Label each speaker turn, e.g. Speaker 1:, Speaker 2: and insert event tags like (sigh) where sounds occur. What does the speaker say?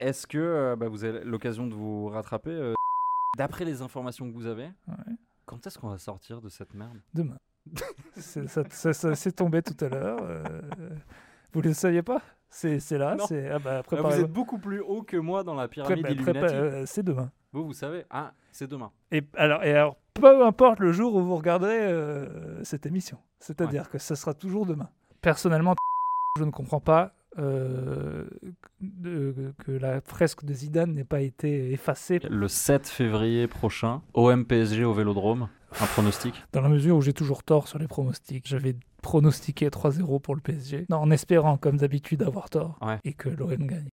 Speaker 1: Est-ce que euh, bah, vous avez l'occasion de vous rattraper euh, D'après les informations que vous avez,
Speaker 2: Ouais.
Speaker 1: quand est-ce qu'on va sortir de cette merde
Speaker 2: Demain. (laughs) c'est ça- ça- ça s'est tombé tout à l'heure. euh, vous ne le saviez pas C'est c'est là.
Speaker 1: Non.
Speaker 2: C'est ah bah,
Speaker 1: Ah,
Speaker 2: préparez-
Speaker 1: Vous êtes beaucoup plus haut que moi dans la
Speaker 2: pré-
Speaker 1: pyramide
Speaker 2: bah, prépa-
Speaker 1: Illuminati.
Speaker 2: euh, c'est demain.
Speaker 1: Vous, vous savez. Ah, c'est demain.
Speaker 2: Et alors, et alors, peu importe le jour où vous regarderez euh, cette émission, c'est-à-dire que ce sera toujours demain. Personnellement, (laughs) je ne comprends pas euh, de- que la fresque de Zidane n'ait pas été effacée,
Speaker 1: Le 7 février prochain, OM PSG au Vélodrome. Un pronostic
Speaker 2: dans la mesure où j'ai toujours tort sur les pronostics. J'avais pronostiqué 3-0 pour le PSG, non, en espérant, comme d'habitude, avoir tort
Speaker 1: Ouais.
Speaker 2: et que l'OM gagne.